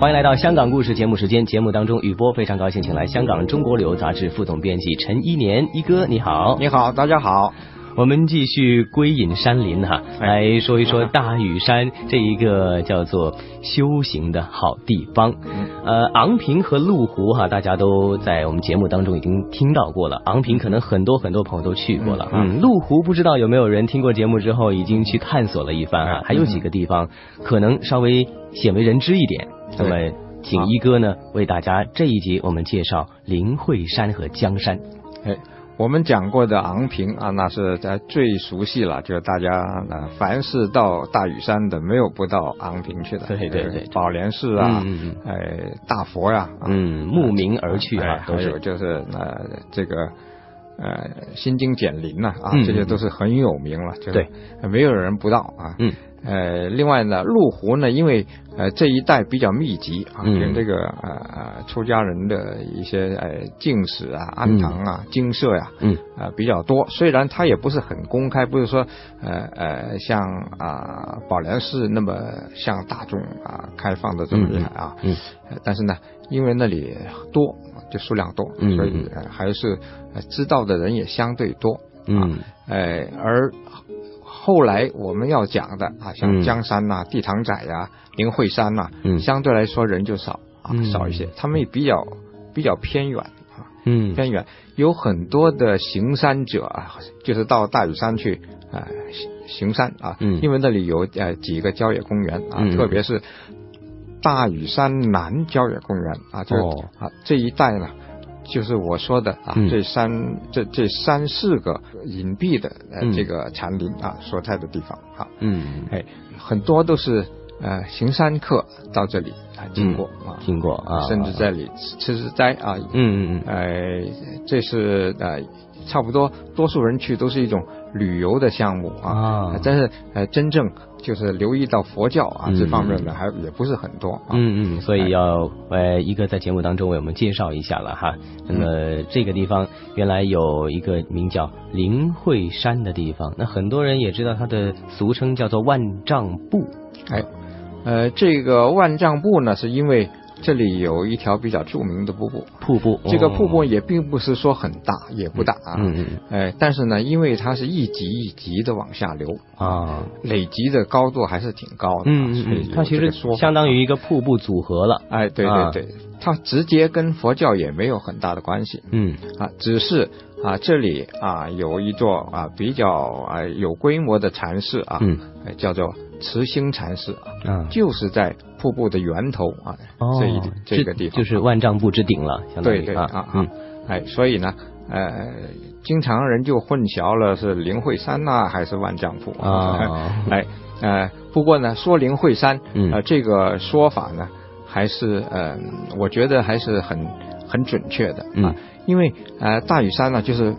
欢迎来到香港故事节目时间。节目当中，雨波非常高兴请来香港《中国旅游杂志》副总编辑陈一年一哥，你好。你好，大家好。我们继续归隐山林哈、来说一 说大屿山这一个叫做修行的好地方。呃，昂坪和麓湖哈、大家都在我们节目当中已经听到过了。昂坪可能很多很多朋友都去过了，嗯，麓湖不知道有没有人听过节目之后已经去探索了一番啊？还有几个地方可能稍微鲜为人知一点。那么，请一哥呢为大家这一集我们介绍灵会山和江山。哎，我们讲过的昂坪啊，那是大家最熟悉了，就是大家呃，凡是到大屿山的，没有不到昂坪去的。对对对呃宝莲寺啊，嗯嗯哎，大佛呀、啊，嗯，慕名而去哎啊，都还是有就是呃，这个呃，心经减林呐啊，嗯这些都是很有名了，就是对没有人不到啊。嗯。呃，另外呢，麓湖呢，因为呃这一带比较密集啊，嗯跟这个呃呃出家人的一些呃净史啊、安堂啊、精舍呀、嗯呃比较多。虽然它也不是很公开，不是说呃呃像啊、宝莲寺那么向大众啊开放的这么厉害啊，嗯嗯呃但是呢，因为那里多，就数量多，嗯所以、呃还是呃知道的人也相对多。嗯呃，而后来我们要讲的啊，嗯像江山呐、地堂仔呀、灵会山呐、嗯相对来说人就少啊嗯，少一些，他们也比较比较偏远啊，嗯偏远有很多的行山者啊，就是到大屿山去啊、行行山啊，嗯因为那里有呃几个郊野公园啊，嗯特别是大屿山南郊野公园啊，就是、哦啊这一带呢。就是我说的啊，嗯这三这这三四个隐蔽的呃、嗯这个禅林啊所在的地方啊，嗯，哎，很多都是呃行山客到这里啊经过、啊，听过嗯啊，甚至在这里吃吃斋啊，嗯嗯嗯呃，这是呃，差不多多数人去都是一种旅游的项目啊，啊但是呃，真正就是留意到佛教啊、嗯这方面呢，还也不是很多啊。嗯嗯，所以要呃一个在节目当中为我们介绍一下了哈。那么这个地方原来有一个名叫灵会山的地方，那很多人也知道它的俗称叫做万丈布。哎，呃，这个万丈瀑呢，是因为这里有一条比较著名的瀑布，瀑布，这个瀑布也并不是说很大，也不大啊。嗯嗯哎，但是呢，因为它是一级一级的往下流，啊，累积的高度还是挺高的啊。嗯嗯所以嗯，有它其实这个说法相当于一个瀑布组合了，哎，对啊对对，它直接跟佛教也没有很大的关系嗯啊，只是啊这里啊有一座啊比较啊有规模的禅寺啊，嗯呃叫做慈心禅寺啊，啊，就是在瀑布的源头啊、哦这一这个地方，就是万丈布之顶了，相当于对对啊啊嗯啊，哎，所以呢，呃，经常人就混淆了是灵会山呐、还是万丈瀑啊哎，呃，不过呢，说灵会山，嗯呃，这个说法呢，还是呃，我觉得还是很很准确的嗯啊，因为呃，大屿山呢，就是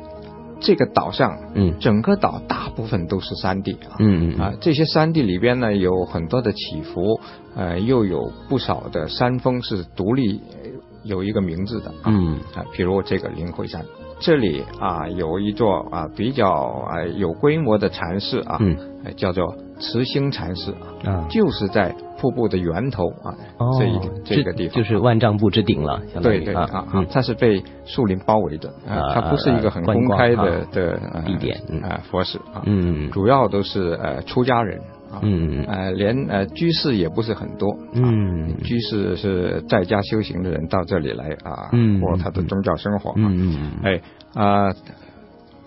这个岛上，嗯整个岛大部分都是山地啊，嗯嗯啊，这些山地里边呢有很多的起伏，呃，又有不少的山峰是独立呃有一个名字的啊，嗯啊，比如这个灵会山，这里啊有一座啊比较啊有规模的禅寺啊，嗯呃叫做慈心禅寺啊，啊，就是在瀑布的源头啊，哦这一这个地方就。是万丈布之顶了，相当于对对啊啊嗯它是被树林包围的，啊啊，它不是一个很观公光开的、啊的、呃地点嗯啊、佛寺啊，嗯主要都是呃出家人啊，嗯呃连呃居士也不是很多，啊嗯居士是在家修行的人到这里来啊，嗯过他的宗教生活，嗯嗯哎啊、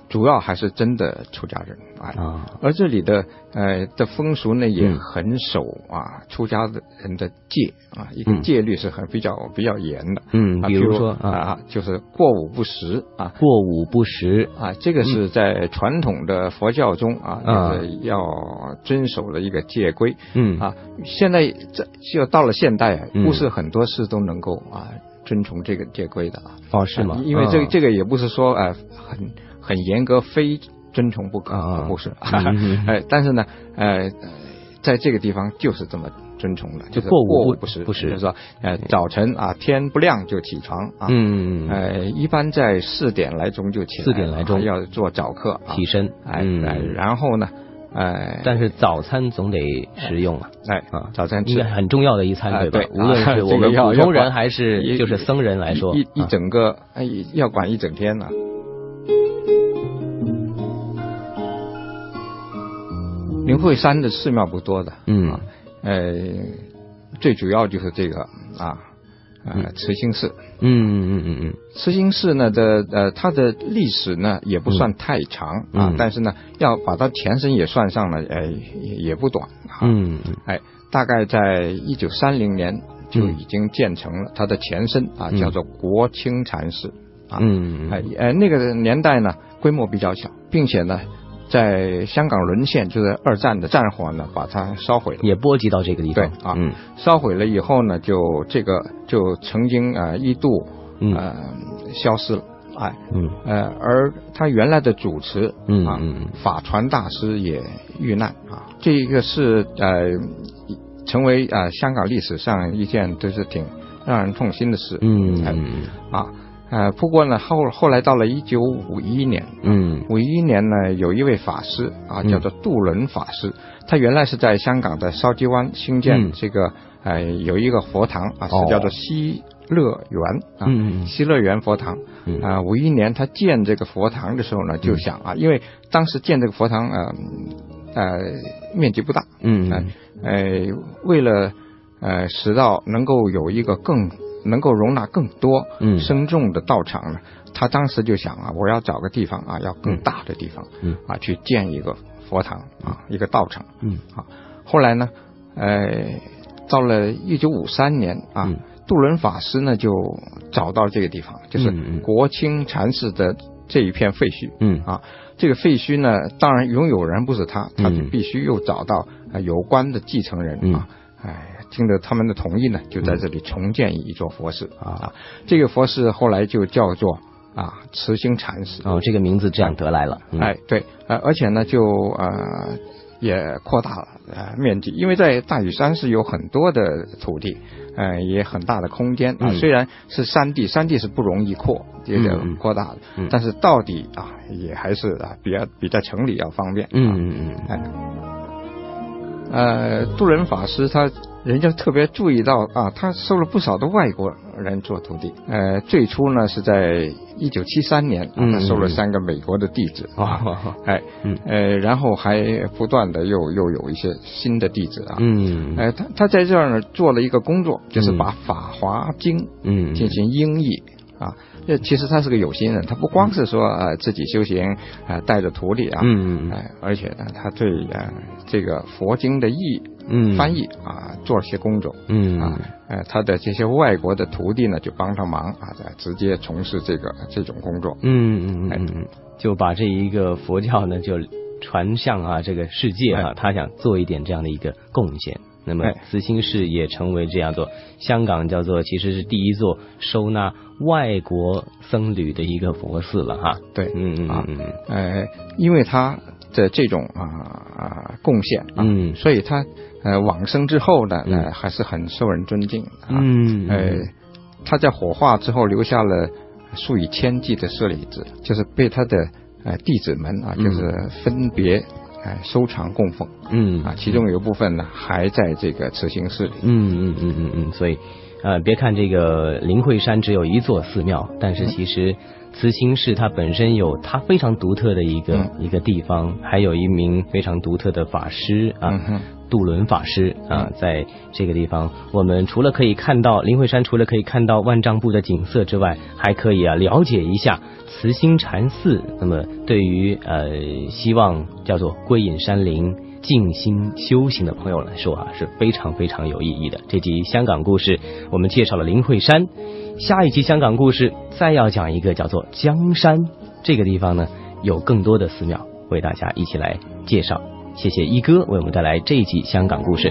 主要还是真的出家人啊。嗯啊而这里的呃的风俗呢，也嗯很守啊出家的人的戒啊，一个嗯戒律是很比较比较严的。嗯，啊比如说啊啊，就是过午不食啊，过午不食，啊，这个是在传统的佛教中啊，嗯啊就是要遵守的一个戒规嗯啊。现在这就到了现代啊，嗯不是很多事都能够啊遵从这个戒规的啊。哦是吗啊？因为这个啊这个也不是说呃很很严格，非遵从不可啊啊，不是。嗯 哎，但是呢，呃，在这个地方就是这么遵从的，就是过午午不不食，不食就是说呃早晨啊天不亮就起床啊，嗯嗯嗯呃，一般在四点来钟就起来了， 4点来钟还要做早课啊，起身，哎、嗯哎然后呢，哎，但是早餐总得食用啊，哎啊，早餐应吃该很重要的一餐啊吧对？无论啊是我这个们要普要通人管还是一就是僧人来说，一一啊整个哎要管一整天呢、灵会山的寺庙不多的，嗯呃，最主要就是这个啊，呃，慈心寺。嗯嗯嗯嗯慈心寺呢的呃，它的历史呢也不算太长、啊嗯，但是呢，要把它前身也算上了，呃，也也不短啊。嗯嗯哎，大概在一九三零年就已经建成了，它的前身啊嗯叫做国清禅寺啊。嗯嗯哎哎，那个年代呢，规模比较小，并且呢，在香港沦陷，就是二战的战火呢，把它烧毁了。也波及到这个地方，对啊嗯烧毁了以后呢，就这个就曾经呃一度嗯呃消失了。哎，嗯呃，而他原来的主持嗯啊嗯嗯，法传大师也遇难啊。这一个是呃，成为呃香港历史上一件就是挺让人痛心的事。嗯哎嗯啊，呃，不过呢，后后来到了一九五一年，嗯五一年呢，有一位法师啊，嗯叫做杜伦法师，他原来是在香港的筲箕湾兴嗯建这个、呃有一个佛堂啊，哦是叫做西乐园啊，嗯嗯西乐园佛堂嗯啊。五一年他建这个佛堂的时候呢，就想啊，因为当时建这个佛堂呃呃面积不大，嗯哎嗯呃，为了呃使到能够有一个更能够容纳更多嗯生众的道场呢，他当时就想啊，我要找个地方啊，要更大的地方，嗯啊，去建一个佛堂啊，一个道场。嗯后来呢，呃，到了一九五三年啊。嗯杜伦法师呢，就找到这个地方，就嗯嗯是国清禅寺的这一片废墟。嗯啊，这个废墟呢，当然拥有人不是他，他就嗯必须又找到、呃有关的继承人啊。嗯哎，经得他们的同意呢，就在这里重建一座佛寺、啊啊。这个佛寺后来就叫做啊慈心禅寺。哦，这个名字这样得来了，嗯哎，对，呃，而且呢，就呃也扩大了呃面积，因为在大屿山是有很多的土地，呃，也很大的空间啊。嗯虽然是山地，山地是不容易扩，也得嗯嗯扩大的，嗯但是到底啊，也还是啊，比较比在城里要方便。啊嗯嗯嗯呃，杜伦法师他人家特别注意到啊，他收了不少的外国人做徒弟。呃，最初呢是在一九七三年，啊嗯他收嗯了三个美国的弟子嗯哦哎，嗯呃，然后还不断的又又有一些新的弟子啊，嗯哎，他他在这儿呢做了一个工作，就是嗯把《法华经》嗯进行音译啊。这其实他是个有心人，他不光是说呃自己修行，呃带着徒弟啊，嗯嗯哎，而且呢他对呃这个佛经的译嗯翻译啊做了些工作。嗯啊，呃，他的这些外国的徒弟呢，就帮上忙啊，直接从事这个这种工作。嗯嗯嗯哎嗯嗯，就把这一个佛教呢，就传向啊这个世界啊，他想做一点这样的一个贡献。那么哎慈心寺也成为这样做，香港叫做其实是第一座收纳外国僧侣的一个佛寺了哈。对，嗯啊嗯嗯呃，因为他的这种啊啊贡献啊，嗯所以他呃往生之后呢，嗯呃还是很受人尊敬的啊。嗯呃嗯，他在火化之后留下了数以千计的舍利子，就是被他的呃弟子们啊，嗯就是分别呃收藏供奉嗯啊，其中有部分呢还在这个慈心寺里。嗯嗯嗯嗯嗯，所以，呃，别看这个灵会山只有一座寺庙，但是其实慈心寺它本身有它非常独特的一个、嗯一个地方，还有一名非常独特的法师啊。嗯哼杜伦法师啊，在这个地方，我们除了可以看到灵会山，除了可以看到万丈布的景色之外，还可以啊了解一下慈心禅寺。那么，对于呃希望叫做归隐山林、静心修行的朋友来说啊，是非常非常有意义的。这集香港故事我们介绍了灵会山，下一集香港故事再要讲一个叫做江山这个地方呢，有更多的寺庙为大家一起来介绍。谢谢一哥为我们带来这一集香港故事。